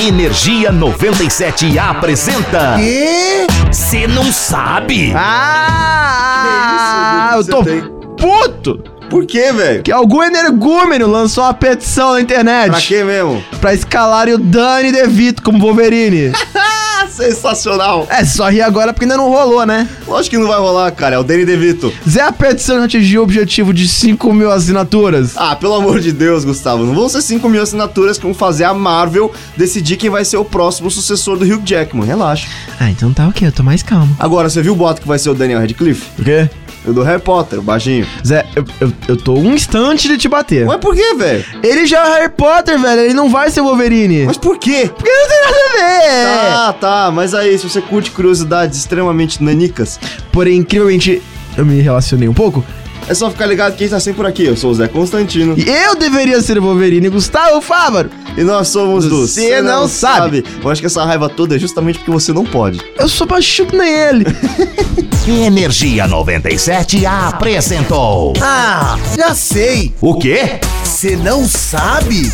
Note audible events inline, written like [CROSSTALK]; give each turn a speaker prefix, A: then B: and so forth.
A: Energia 97 apresenta.
B: Quê?
A: Você não sabe?
B: Ah!
C: Que isso,
B: eu tô
C: É Dudu, que
B: puto!
C: Por quê, velho?
B: Que algum energúmeno lançou uma petição na internet
C: Pra quê mesmo?
B: pra escalarem o Dani DeVito como [LAUGHS] Wolverine.
C: Ah, sensacional!
B: é, só rir agora porque ainda não rolou, né?
C: Lógico que não vai rolar, cara. É o Danny DeVito.
B: Zé, a petição já atingiu o objetivo de 5 mil assinaturas.
C: Ah, pelo amor de Deus, Gustavo. Não vão ser 5 mil assinaturas que vão fazer a Marvel decidir quem vai ser o próximo sucessor do Hugh Jackman. Relaxa.
B: Ah, então tá ok, eu tô mais calmo.
C: Agora, você viu o boato que vai ser o Daniel Radcliffe?
B: Por quê?
C: O do Harry Potter, o baixinho.
B: Zé, eu, eu, eu tô um instante de te bater.
C: Mas por quê, velho?
B: Ele já é Harry Potter, velho, ele não vai ser Wolverine.
C: Mas por quê?
B: Porque não tem nada a ver.
C: Ah, tá. Mas aí, se você curte curiosidades extremamente nanicas,
B: Porém, incrivelmente, eu me relacionei um pouco.
C: é só ficar ligado que a gente tá sempre por aqui. Eu sou o Zé Constantino.
B: E eu deveria ser Wolverine, Gustavo Fávaro.
C: E nós somos do
B: Você Não
C: Eu acho que essa raiva toda é justamente porque você não pode.
B: Eu sou baixinho que nem ele.
A: Energia 97 apresentou.
D: Ah, já sei.
A: O quê?
D: Você não sabe?